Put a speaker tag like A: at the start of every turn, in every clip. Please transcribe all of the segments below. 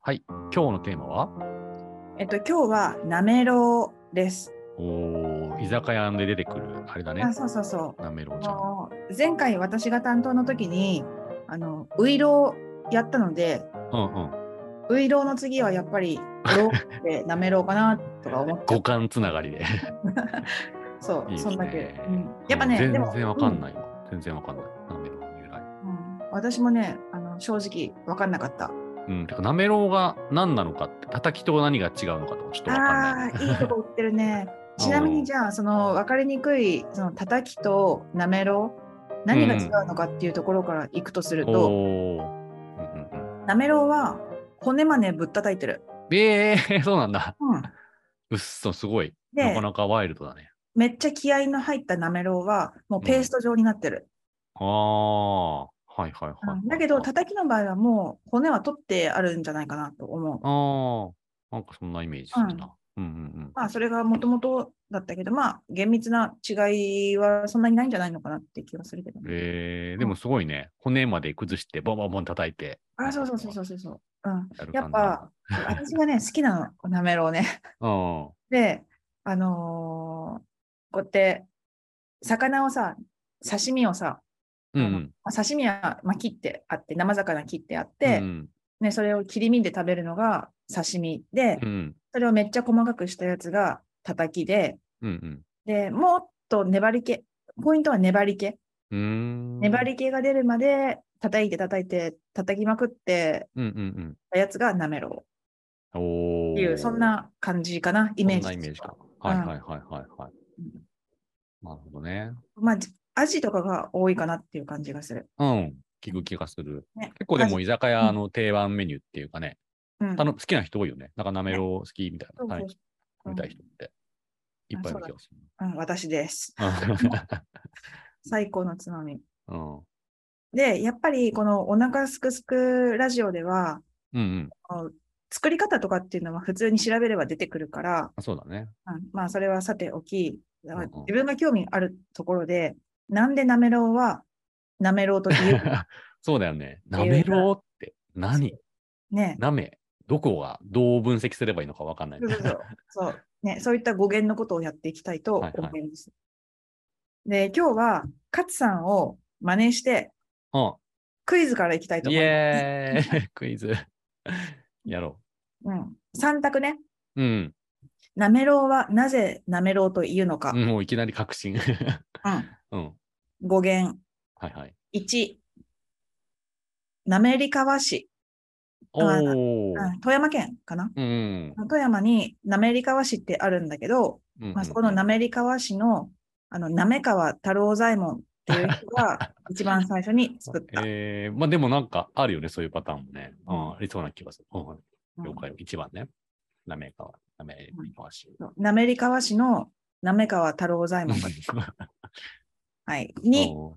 A: はい。今日のテーマは
B: えっと、今日はなめろうです。
A: おー居酒屋で出てくる、あれだね
B: あ、。そうそうそ
A: なめろ
B: う。
A: うちゃん。
B: もう前回私が担当の時に、あの、ういろうやったので、
A: うんうん。
B: ういろうの次はやっぱり、ろうってなめろうかなとか思って、
A: 五感つながり で。
B: そう、
A: いいです
B: そ
A: ね
B: んだけ、うん。やっぱね、
A: 全
B: でも
A: 然わかん
B: い、
A: ないわ。全然わかんない。なめろうの由来。
B: うんうん私もね、あの正直わかんなかった。
A: うん。てか、なめろうが何なのかって、たたきと何が違うのかとかちょっとわかんない。
B: ああー、いいとこ売ってるね。 ちなみにじゃあ、その分かりにくい、そのたたきとなめろう、何が違うのかっていうところからいくとすると、
A: おーうんうんうん。
B: なめろうは骨までぶったたいてる。
A: えー、 そうなんだ。
B: うん、
A: うっそ、すごい。な
B: で
A: かなかワイルドだね。
B: めっちゃ気合いの入ったなめろうはもうペースト状になってる。
A: ああ、はいはいはい
B: うん
A: はい。
B: だけど、
A: あ
B: たたきの場合はもう骨は取ってあるんじゃないかなと思う。
A: あ、なんかそんなイメージするな。うんうん
B: まあ、それがもともとだったけど、まあ、厳密な違いはそんなにないんじゃないのかなって気がするけど、
A: うん。
B: ね。
A: えー、でもすごいね。骨まで崩して、ボンボンボン叩いて。
B: あ、そうそうそうそうそうそう。うん、
A: やる
B: や
A: 感
B: っ
A: じ
B: ぱ、私がね、好きなの、なめろうね。
A: うん。は
B: で、あのーこうやって、魚をさ、刺身をさ、
A: いはいはいうん
B: あ
A: う
B: の
A: ん。
B: まあ刺身は、まあ、切ってあって、生魚切ってあって、
A: うん
B: ね、それを切り身で食べるのが刺身で、
A: うん。
B: それをめっちゃ細かくしたやつがたたきで、
A: うんうん。
B: で、もっと粘り気、ポイントは粘り気。
A: うーん。
B: 粘り気が出るまで叩いて叩いて叩きまくって
A: うんうん
B: たやつがなめろ
A: うん。
B: う
A: おお。
B: っていう、そんな感じかな、イメージ。
A: そんなイメージか。はいはいはいはいはい。
B: うん
A: なるほどね。
B: まあ、じアジとかが多いかなっていう感じがする。
A: うん。聞く気がする。
B: ね
A: 結構でも
B: アジ
A: 居酒屋の定番メニューっていうかね、
B: うん
A: あの好きな人多いよね。なんかなめろう好きみたい
B: そう
A: な、
B: そう
A: はい、みたい人って。いっぱいいる気がす
B: うん、私です。
A: る。
B: 最高のつま み。
A: うん。
B: で、やっぱりこのお腹すくすくラジオでは、
A: うんうん。
B: 作り方とかっていうのは普通に調べれば出てくるから、
A: あそうだね。
B: うんまあそれはさておき、だから
A: うんうん
B: 自分が興味あるところで、なんでなめろうはなめろうと言 う
A: そうだよね。なめろうって何
B: ね。
A: なめどこがどう分析すればいいのかわかんない。
B: そうそうそうそうね、そういった語源のことをやっていきたいと思います。
A: は
B: で、今日は勝さんを真似して
A: う
B: クイズからいきたいと
A: ん、イ
B: 思います。
A: エーイ クイズ。やろ
B: うん、3択ね。
A: う。うん。
B: なめろうはなぜなめろうと言うのか。
A: もういきなり確信。
B: うん
A: うん。
B: 語源
A: はいはい。
B: 1、滑川市、
A: おお。
B: うん、富山県かな。
A: うん。
B: 富山に滑川市ってあるんだけど、
A: うん
B: まあ、そこの滑川市の、あの、滑川太郎左衛門っていう人 が一番最初に作った。
A: えー、まあでもなんかあるよね、そういうパターンもね。う
B: うん
A: ん、ありそうな気がする。うん、
B: うん
A: 了解。一番ね。なめかわ、なめかわし。
B: そう滑川市の滑川太 郎左衛門が。はい。に、
A: うん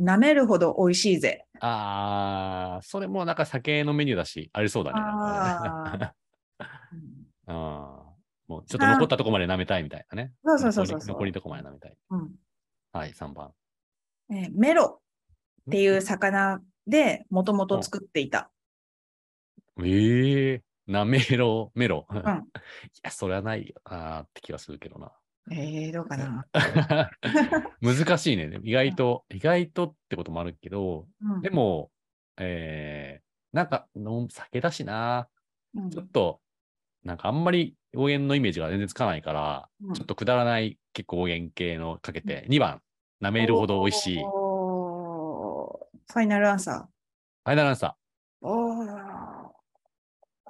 B: 舐めるほど美味しいぜ。
A: あー、それもなんか酒のメニューだし、ありそうだね。なんかね
B: うん
A: うんもうちょっと残ったとこまで舐めたいみたいなね。
B: そうそうそう
A: 残
B: そう
A: り
B: そう
A: 残りのとこまで舐めたい。
B: うん
A: はい、3番。
B: えーメロっていう魚でもともと作っていた。
A: ええなめろ、メロ。 い
B: ん
A: や、それはないよなーって気がするけどな。
B: えー、どうかな。
A: 難しいね。でも意外と、意外とってこともあるけど、
B: うん
A: でも、えー、なんか、の酒だしな、
B: うん
A: ちょっと、なんかあんまり応援のイメージが全然つかないから、
B: うん
A: ちょっとくだらない結構応援系のかけて、2番、舐めるほど美味しい。フ
B: おーファイナルアンサ
A: ァイナルアンサ
B: ー。おー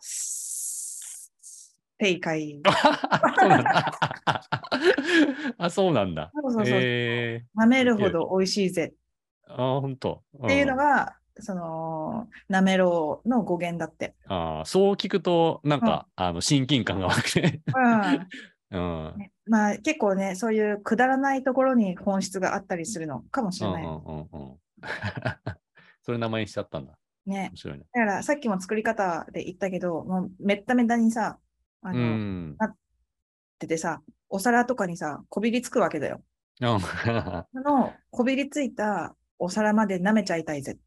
B: す正解。
A: ー。 そうなんだ。 あ、そうなんだ。
B: そうそうそう
A: え
B: 舐めるほど美味しいぜ
A: ー、あ、ほんと。っ
B: っていうのが、その、なめろうの語源だって。
A: あーそう聞くと、なんか、あの、親近感が湧くね。
B: うん。
A: うん。うん
B: まあ結構ね、そういうくだらないところに本質があったりするのかもし
A: う
B: れ
A: ん
B: ない。
A: うんうん うん。それ名前にしちゃったんだ。
B: ね。
A: 面白いね。
B: だからさっきも作り方で言ったけど、もうめっためったにさ、あ
A: う
B: の、
A: ん。
B: っててさ、お皿とかにさ、こびりつくわけだよ。
A: うん
B: その、こびりついたお皿まで舐めちゃいたいぜ、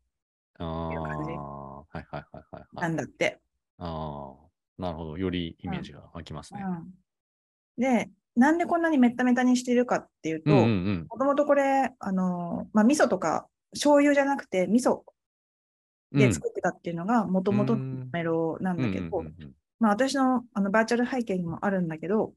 A: あー
B: いう感じ
A: はいはいはいはいは。
B: ないんだって。
A: ああ、なるほど。よりイメージが湧きますね。
B: うん、で、なんでこんなにメッタメタにしているかっていうと、
A: うんうんうん。
B: もともとこれ、あの、まあ、味噌とか醤油じゃなくて、味噌
A: う
B: で
A: ん
B: 作ってたっていうのが、もともとのメロなんだけど、
A: うんうんうんうん
B: まあ、私のあのバーチャル背景にもあるんだけど、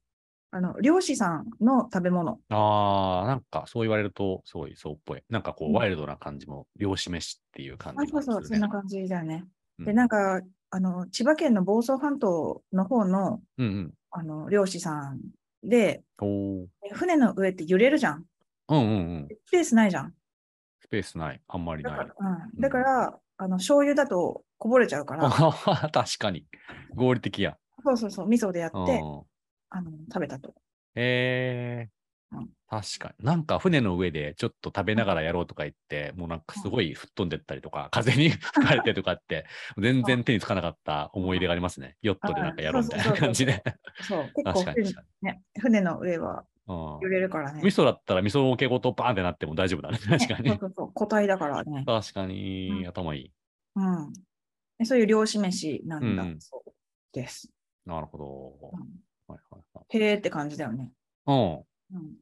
B: あの漁師さんの食べ物、
A: ああ、なんかそう言われると、すごいそうっぽい。なんかこ
B: う
A: う、
B: ん
A: ワイルドな感じも、漁師飯っていう感
B: あ
A: じ
B: そ
A: が
B: う
A: す
B: そ
A: る
B: う、そんな
A: ね。
B: 感じだよね。
A: うん
B: で、なんかあの千葉県の房総半島の方の
A: うんうん。
B: あの漁師さんで、
A: おー
B: 船の上って揺れるじゃん。
A: うんうんうん。
B: スペースないじゃん。
A: スペースない。あんまり
B: だ
A: な
B: か
A: い
B: ら。、うん、だからあの醤油だとこぼれちゃうから、
A: あ 確かに。合理的や。
B: そうそうそう、味噌でや
A: う
B: って
A: ん。
B: あの食べたと。
A: えー
B: うん
A: 確かに。なんか船の上でちょっと食べながらやろうとか言って、もうなんかすごい吹っ飛んでったりとか、風に吹かれてとか って、全然手につかなかった思い出がありますね。ヨットでなんかやろうみたいな感じで。
B: そう、結構
A: 確かに
B: 船,、
A: 確か
B: ね、船の上は
A: に。
B: 揺
A: うん
B: れるからね。
A: 味噌だったら味噌桶ごとバーンってなっても大丈夫だ ね。確か
B: ねそう
A: に。
B: そうそう、個体だからね。
A: 確かに、頭いい。
B: うんで、そういう漁師飯なんだ
A: うんうん
B: そうです。
A: なるほど
B: うん。
A: はいはいはい
B: へえって感じだよね。
A: うん。
B: うん、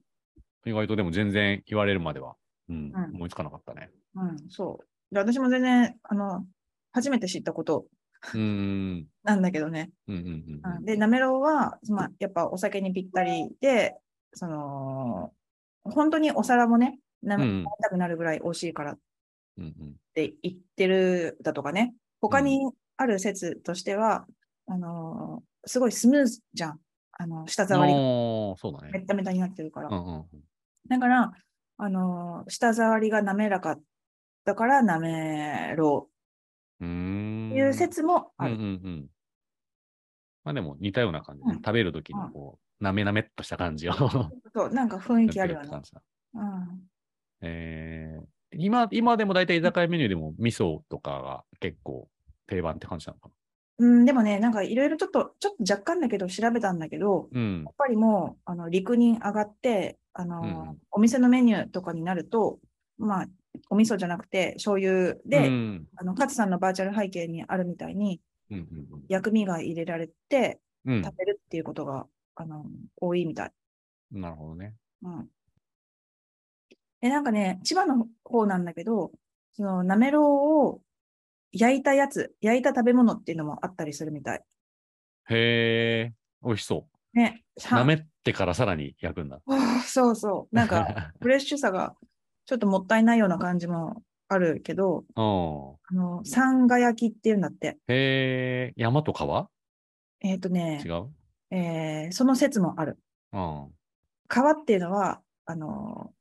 A: 意外とでも全然言われるまでは、うん
B: うん
A: 思いつかなかったね。
B: うん、そう。で私も全然あの初めて知ったこと
A: うーん。
B: なんだけどね。
A: うんうんうん
B: うん、で、なめろうは、まあ、やっぱお酒にぴったりで、その本当にお皿もね、な
A: うん。う
B: め、
A: ん
B: たくなるぐらい美味しいからっ
A: うんうん
B: て言ってるだとかね。他にある説としては、あのすごいスムーズじゃん。あの舌触りが
A: おーそうだ
B: め
A: ね。
B: っためたになってるから。
A: うんうんうん。
B: だから、あのー舌触りが滑らかだからなめろ
A: うー
B: うんっていう説もあ
A: うんう
B: る。
A: んうん。まあでも似たような感じ、ね
B: うん
A: 食べるときにこう、なめなめっとした感じをや
B: そうなんか雰囲気あ
A: って
B: る
A: るって
B: よね
A: 感。じだ。
B: うん
A: えー今、今でも大体居酒屋メニューでも味噌とかが結構定番って感じなのか
B: うん、でもね、なんかいろいろちょっと、ちょっと若干だけど調べたんだけど、
A: な。うん
B: や。っぱりもう、あの、陸に上がって、あのー
A: うんうん
B: お店のメニューとかになると、まあ、お味噌じゃなくて、醤油で、
A: うん
B: あの、勝さんのバーチャル背景にあるみたいに、
A: うん
B: 薬味が入れられて
A: うんうん。
B: 食べるっていうことが、あの多いみたい。
A: うん。なるほどね。
B: うん。え、なんかね、千葉の方なんだけど、その、なめろうを焼いたやつ、焼いた食べ物っていうのもあったりするみたい。
A: へえ、美味しそう。
B: ね。しゃ
A: 舐めってからさらに焼くんだ。
B: あそうそう。な んか、フレッシュさがちょっともったいないような感じもあるけど、
A: うん。
B: あの、さんが焼きっていうんだって。
A: へえ、山と川
B: えっ、とね
A: 違、う
B: えーその説もある。
A: うん。
B: 川っていうのは、あの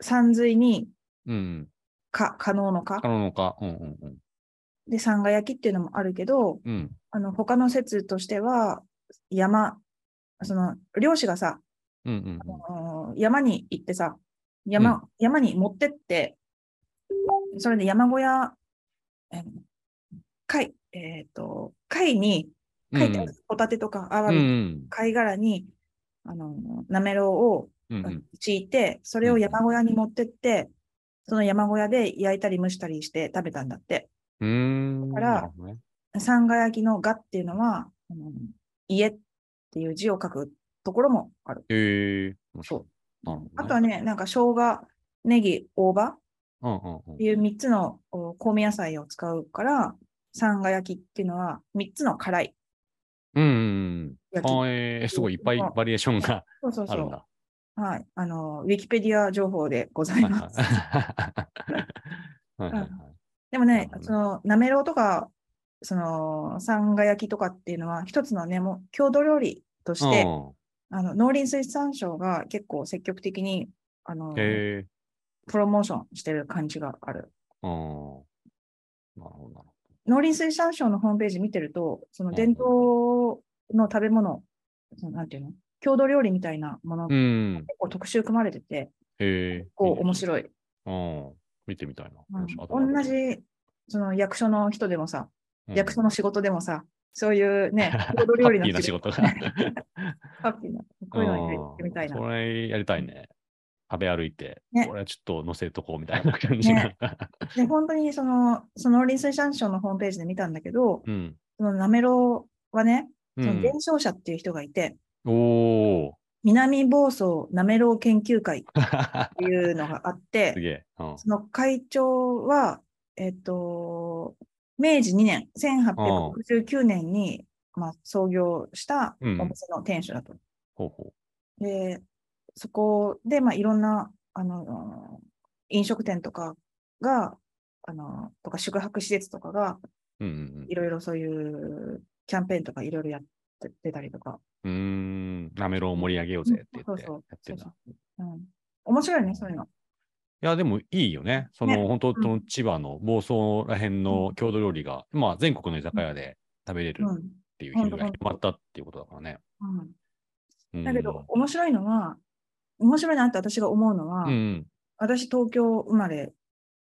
B: 山水に、
A: うん。
B: か、可能のか
A: 可能のか。うんうんうん。
B: で、さんが焼きっていうのもあるけど、
A: うん。
B: あの他の説としては山その漁師がさ、
A: うんうんうん。
B: あの山に行ってさ山,、山に持ってってそれで山小屋えー貝えっ、と貝に貝ってあるホタテとかアワ
A: うん
B: ビ、
A: うん
B: 貝殻にあのなめろうを
A: うんうん
B: 敷いて、それを山小屋に持ってって、その山小屋で焼いたり蒸したりして食べたんだって。
A: うーん。
B: だから
A: なるほどね
B: さんが焼きのがっていうのは、あの家っていう字を書くところもある。
A: へえ。面白い
B: そ
A: なるほどね
B: あとはね、なんか生姜、ネギ、大葉っ
A: うんうんうん
B: ていう3つのお香味野菜を使うから、さんが焼きっていうのは3つの辛い
A: うんうん
B: 焼き。
A: うん。あえー、すごいいっぱいバリエーションが
B: そうそう
A: あ
B: そ
A: るん
B: う。
A: だ。
B: はい。あの、ウィキペディア情報でござ
A: はいいはい
B: ます。
A: はいはいはい。
B: でも
A: なる
B: ね
A: ほど、ね
B: その、なめろうとか、その、さんが焼きとかっていうのは、一つのね、もう郷土料理として、
A: う
B: あの農林水産省が結構積極的に、あの
A: ん。、へえ。
B: プロモーションしてる感じがある。
A: うん。なるほどなるほ
B: 農林水産省のホームページ見てると、その
A: うん
B: 伝統の食べ物、そのなんていうの、郷土料理みたいなもの、
A: ど。うん。
B: 結構特集組まれてて、
A: へえ。
B: こう
A: いいね
B: 面白い。
A: うん。見てみたいな。よし後
B: う
A: で
B: ん同じ、その役所の人でもさ、
A: うん、
B: 役所の仕事でもさ、そういうね 郷土料理
A: ハッピー
B: の
A: な仕事が。
B: ハッピーな、 こういうのやってみたいな
A: うん。これやりたいね。食べ歩いて、
B: ね
A: これはちょっと載せとこうみたいな感じが。
B: ねで、本当にその、その農林水産省のホームページで見たんだけど、
A: うん。
B: そのなめろうはね、
A: う
B: その
A: ん
B: 伝、承者っていう人がいて、
A: おお。
B: 南房総なめろう研究会って
A: す
B: いうのがあって、
A: げえ。うん
B: その会長は、えっと、明治2年、1869年に、まあ、創業したお
A: うん
B: 店の店主だと。
A: ほうほ
B: で、そこで、まあ、いろんな、あの、飲食店とかが、あの、とか宿泊施設とかが、
A: う。うん
B: いろいろそういうキャンペーンとかいろいろやって出たりとか。
A: うんうん。うーん。なめろうを盛り上げようぜって言
B: そ
A: っ
B: う
A: てや
B: そう
A: ってるな。い
B: そうそううん。面白いね、そういうの。
A: や、でもいいよね。その、
B: ね
A: 本当
B: うん
A: その千葉の房総ら辺の郷土料理が、まあ全国の居酒屋で食べれる
B: う
A: っ
B: ん。
A: ていう
B: うん
A: 広が
B: ほん
A: 広
B: と
A: まったっていうことだからね。
B: うん
A: うん
B: だけど、、面白いのは、面白いなって私が思うのは、
A: うんうん。
B: 私、東京生まれ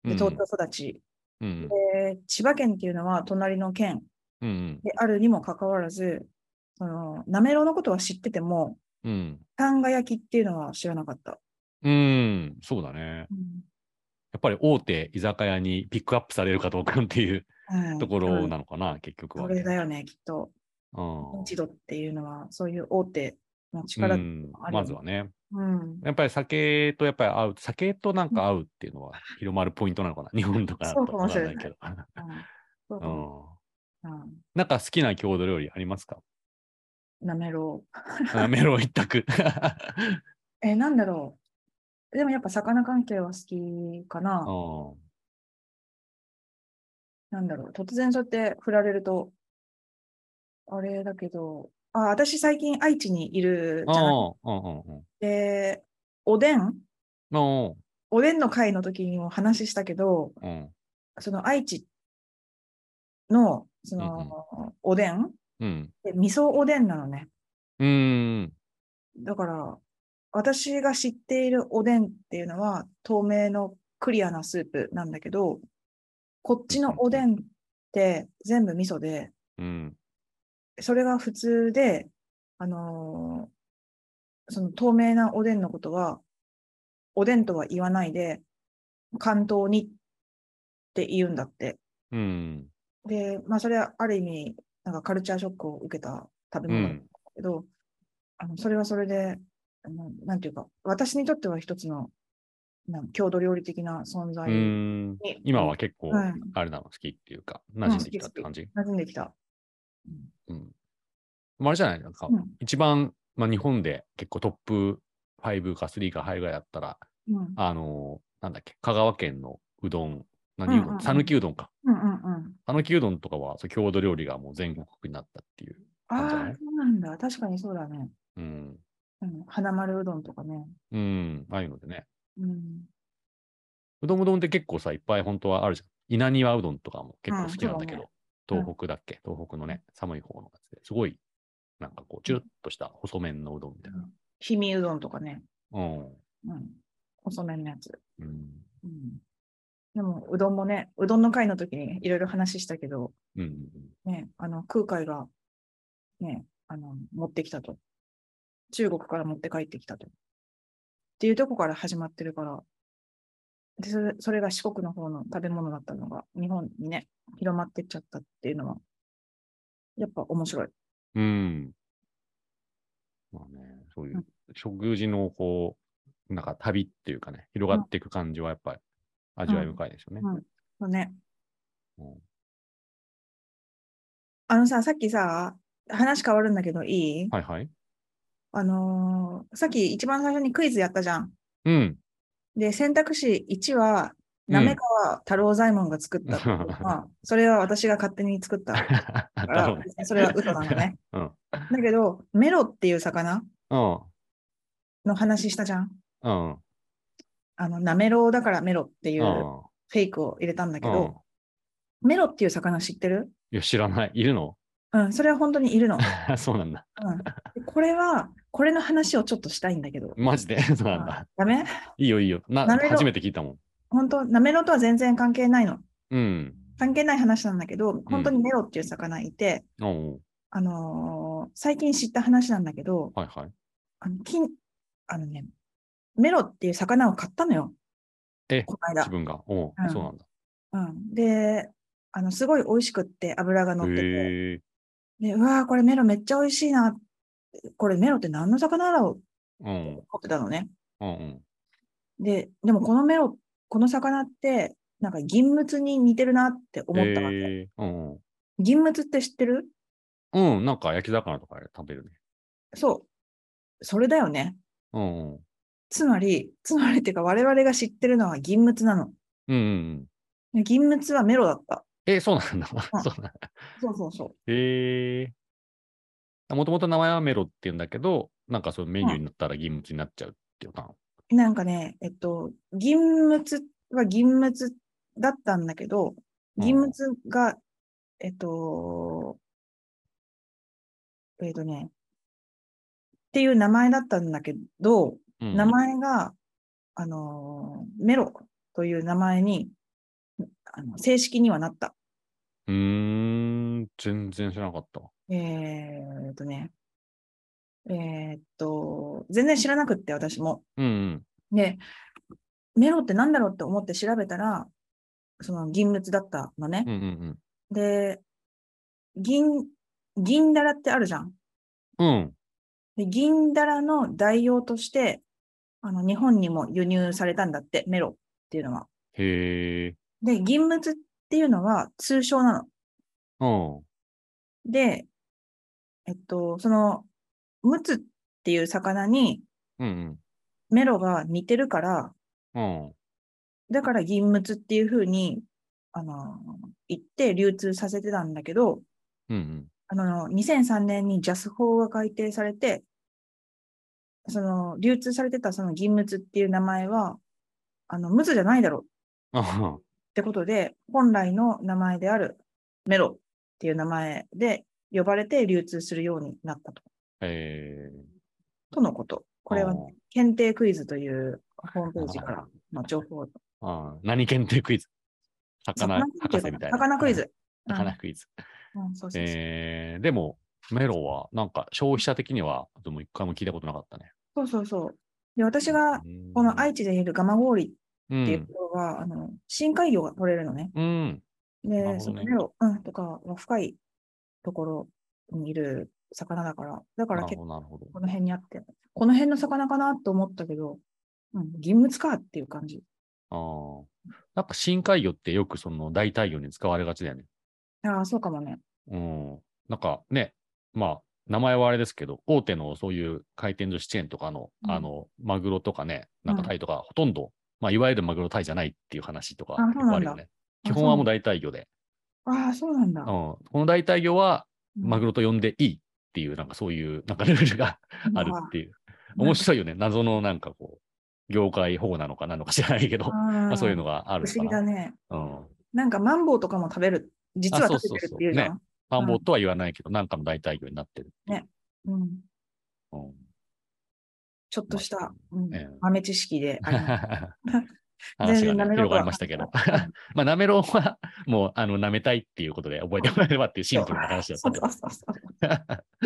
A: う
B: で、
A: ん
B: 東京育ち、
A: うん
B: で、千葉県っていうのは隣の県
A: うんうん
B: であるにもかかわらず、その、なめろうのことは知ってても、
A: うん
B: 丹賀焼きっていうのは知らなかった。
A: うんそうだね。やっぱり大手居酒屋にピックアップされるかどうかっていう
B: はい
A: ところなのかな、結局
B: うん
A: は
B: そ
A: ね。
B: れだよね、きっと。
A: うん
B: 一度っていうのは、そういう大手の力。
A: う
B: うん。
A: ん
B: あるよね
A: まずはね。やっぱり酒とやっぱり合う、酒となんか合うっていうのは広まるポイントなのかな。日本とかだと
B: そうかもしれない
A: わかんけど。
B: そう
A: う
B: かも
A: ん
B: うん
A: なんか好きな郷土料理あります か
B: なめろう。
A: あメロ一 択。
B: えー、なんだろう。でもやっぱ魚関係は好きかな。
A: うん
B: なんだろう、突然そうやって振られると、あれだけど、あ、私最近愛知にいる
A: う
B: じゃなく
A: んうんうんうん
B: て、おでん
A: うん
B: おでんの会の時にも話したけど、
A: うん
B: その愛知の、そ
A: うん
B: の、おでん
A: うん
B: で味噌おでんなのね。
A: うん
B: だから、私が知っているおでんっていうのは、透明のクリアなスープなんだけど、こっちのおでんって全部味噌で、
A: うん
B: それが普通で、あのーその透明なおでんのことは、おでんとは言わないで、関東にって言うんだって。
A: うん
B: で、まあそれはある意味、なんかカルチャーショックを受けた食べ
A: う
B: 物だ
A: ん
B: けど、あのそれはそれで、あのなんていうか、私にとっては一つの、なん郷土料理的な存在
A: う
B: に
A: ん今は結構
B: はい
A: あれなの好きっていうか、馴染んできたって感じ。
B: 馴染んできた。
A: うんまああれじゃないなんか
B: うん。
A: 一番、まあ、日本で結構トップ5か3か入るぐらいだったら、
B: うん。
A: あのーなんだっけ、香川県のうどん、何う
B: うんう
A: ど
B: んうんん
A: 讃岐うどんか。
B: うんうんうん。
A: 讃岐うどんとかは、そう郷土料理がもう全国区になったっていう。なんじゃ
B: あ
A: な
B: あ、
A: い
B: そうなんだ。確かにそうだね。
A: うん。
B: うん、花丸うどんとかね。
A: うん、ああいうのでね。
B: うん。
A: うどんうどんって結構さ、いっぱい本当はあるじゃん。稲庭うどんとかも結構好きなんだけど、
B: うんそうだね
A: 東北だっけ、東北のね、寒い方のやつですごい、なんかこう、チュルッとした細麺のうどんみたいな。
B: 氷見うどんとかね。
A: うん。
B: うん。細麺のやつ。
A: うん。
B: うん。でも、うどんもね、うどんの会の時にいろいろ話したけど、
A: うん。
B: ね、あの、空海が、ね、あの、持ってきたと。中国から持って帰ってきたと。っていうとこから始まってるから、でそれそれが四国の方の食べ物だったのが、日本にね、広まってっちゃったっていうのは、やっぱ面白い。
A: うん。まあね、そういうう食事のこう、なんか旅っていうかね、広がっていく感じはやっぱり味わい深いですよね。
B: そうね。
A: うん
B: あのさ、さっきさ、話変わるんだけどいい
A: はいはい。
B: あのーさっき一番最初にクイズやったじゃん。
A: うん。
B: で、選択肢1は、
A: うん
B: 滑川太郎左衛門が作ったっていう のは、それは私が勝手に作ったか
A: だろ
B: ら
A: うね。、
B: それは嘘なのね。
A: うん。
B: だけど、メロっていう魚
A: うん。
B: の話したじゃん。
A: うん。うん。
B: あの、なめろうだからメロっていううんフェイクを入れたんだけ
A: うん
B: ど、メロっていう魚知ってる
A: いや、知らない。いるの
B: うん、それは本当にいるの。
A: そうなんだ。
B: うんで、これは、これの話をちょっとしたいんだけど。
A: マジでそうなん
B: あ
A: だ。
B: ダメ
A: いいよいいよ。な、
B: なめろ
A: 初めて聞いたもん。
B: 本当、なめろうとは全然関係ないの。
A: うん。
B: 関係ない話なんだけど、本当にメロっていう魚いて、
A: おう
B: あのー最近知った話なんだけど、
A: はいはい。
B: あの、金、あのね、メロっていう魚を買ったのよ。
A: え
B: この間
A: 自。分が。おう
B: うん
A: そうなんだ。
B: うん。で、あの、すごい美味しくって脂が乗ってて、
A: へえ。
B: で、うわーこれメロめっちゃ美味しいな。これメロって何の魚だろ
A: うん
B: う。思ってたのね。
A: うんうん。
B: で、でもこのメロ、この魚って、なんか銀ムツに似てるなって思ったわけ。
A: へえうんうん。
B: 銀ムツって知ってる
A: うん、なんか焼き魚とかで食べるね。
B: そう。それだよね。
A: うんうん。
B: つまり、つまりっていうか我々が知ってるのは銀ムツなの。
A: うんうんうん。
B: で銀ムツはメロだった。
A: え、そうなんだ
B: う。ん
A: そうなんだ。
B: そうそうそう。
A: へえ。もともと名前はメロって言うんだけど、なんかそのメニューになったら銀ムチになっちゃうっていうか。
B: なんかね、えっと、銀ムツは銀ムツだったんだけど、銀ムツが、えっと、えっとね、っていう名前だったんだけど、
A: うん
B: 名前が、あのー、メロという名前に、あの正式にはなった。
A: うーん、全然知らなかったわ。
B: えー、っとね、えーっと、全然知らなくって、私も。
A: うんうん。
B: で、メロってなんだろうって思って調べたら、その銀物だったのね
A: うん。うん
B: で、銀、銀だらってあるじゃん。
A: うん。うん。
B: で銀だらの代用として、あの、日本にも輸入されたんだって、メロっていうのは。
A: へえ。
B: で、銀物っていうのは通称なの。
A: うん。
B: で、えっと、その、ムツっていう魚に
A: うん
B: メロが似てるから、
A: うん。うん。
B: だから銀ムツっていうふうに、あの、言って流通させてたんだけど、
A: うんうん。
B: あの、2003年にジャス法が改定されて、その、流通されてたその銀ムツっていう名前は、あの、ムツじゃないだろう
A: あは
B: ってことで、本来の名前であるメロっていう名前で呼ばれて流通するようになったと、
A: へえ。
B: とのこと。これはね、
A: あー
B: 検定クイズというホームページからの情報。
A: あー何検定クイズ魚博士みたいな。
B: 魚クイ。ズ。うん
A: 魚クイズ。
B: うん、そうそうそう
A: えー、でも、メロは、なんか消費者的には、でも一回も聞いたことなかったね。
B: そうそうそう。で、私が、この愛
A: っ
B: 知でいる蒲郡ってていうところは、あの、深海魚が取れるのね。
A: うん。うん
B: で、
A: なるほどね
B: そのメロ、うん、とかは深いところにいる魚だから、だか
A: な
B: ら
A: る
B: 結
A: ほ
B: 構
A: ど、なるほど。
B: この辺にあって、この辺の魚かなと思ったけど、うん、銀物かっていう感じ。
A: ああ。なんか深海魚ってよくその代替魚に使われがちだよね。
B: ああ、そうかもね。
A: うん。なんかね、まあ、名前はあれですけど、大手のそういう回転寿司チェーンとかの、
B: うん
A: あの、マグロとかね、なんか
B: うん
A: タイとか、ほとんど、まあ、いわゆるマグロタイじゃないっていう話とか
B: あそう
A: 結構
B: なんだ
A: あるよね。基本はもう代替魚で。
B: ああ、そうなんだ。
A: うん。この代替魚は、マグ
B: ロ
A: ロと呼んでいいっていう、なんかそういう、なんかルールがあるっていう。面
B: い。
A: 白いよね。謎のなんかこう、業界保護なのかなのか知らないけど、 ま
B: あ
A: あ、そういうの
B: が
A: がある
B: 不
A: の
B: 思
A: か
B: 議だ
A: な。
B: ね。
A: うん。
B: なんかマンボウとかも食べる。実は
A: あそう
B: 食
A: そう
B: べてる
A: そう
B: っていうじゃん。
A: 田んぼとは言わないけど、なんかの代替魚になってるっていう。
B: ねうん。
A: うん
B: ちょっとした、うん
A: ええ
B: 豆知識であり ます。
A: 話が、ね、広がりましたけど。 まあ、なめろうは、もう、あの、舐めたいっていうことで覚えてもらえればっていうシンプルな話だった
B: そ
A: ん
B: う
A: で、ち
B: そ
A: ょ
B: うそ う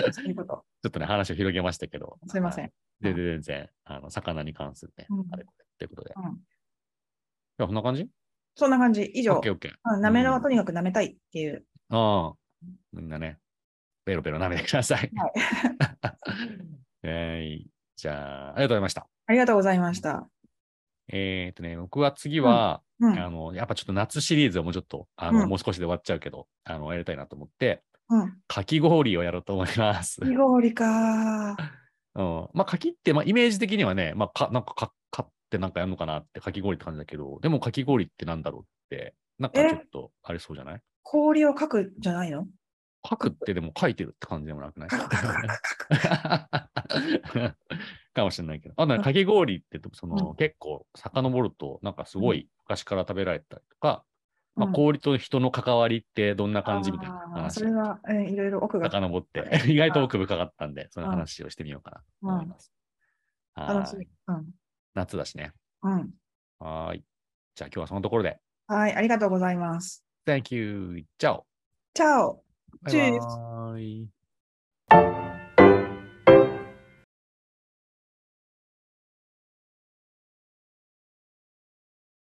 B: そう。そういうこと。
A: っとね、話を広げましたけど。
B: すいませ
A: は
B: ん
A: い。。で、で全然、あの、魚に関するね、
B: うん
A: あれこれっていうことで。
B: う
A: い
B: ん
A: や、こんな感じ
B: そんな感じ。以
A: オッ
B: 上
A: ケ。ーオッケー。
B: うん舐めろはとにかく舐めたいっていう。
A: ああ、みんなね、ベロベロ舐めてください。
B: はい
A: えいじゃあ、ありがとうございました。
B: ありがとうございました。
A: えーっとね、僕は次は、
B: うん。
A: あの、やっぱちょっと夏シリーズをもうちょっと、あの、
B: うん
A: もう少しで終わっちゃうけど、あの、やりたいなと思って、
B: うん。
A: かき氷をやろうと思います。
B: かき氷か。
A: うん、まあ、柿って、まあ、イメージ的にはね、まあ、か、なんか、か、かってなんかやるのかなって、かき氷って感じだけど、でもかき氷ってなんだろうって、なんかちょっと、あれそうじゃない
B: 氷を書くじゃないの
A: 書くってでも書いてるって感じでもな くない
B: 書く書く書く書く。
A: かもしれないけど。あとね、
B: うん
A: かき氷って、その、
B: う
A: 結構、遡ると、なんかすごい昔から食べられたりとか、まあ、
B: うん
A: 氷と人の関わりってどんな感じみたいな
B: あー
A: 話
B: それは、えーいろいろ奥が
A: 遡って、 意外と奥深かったんで、その話をしてみようかなと思います。は
B: 楽し
A: ーい
B: み。うん。
A: 夏だしね。
B: うん。
A: はーい。じゃあ今日はそのところで。
B: はい。ありがとうございます。
A: Thank you. チャオ。
B: チャオ
A: バイバーイ。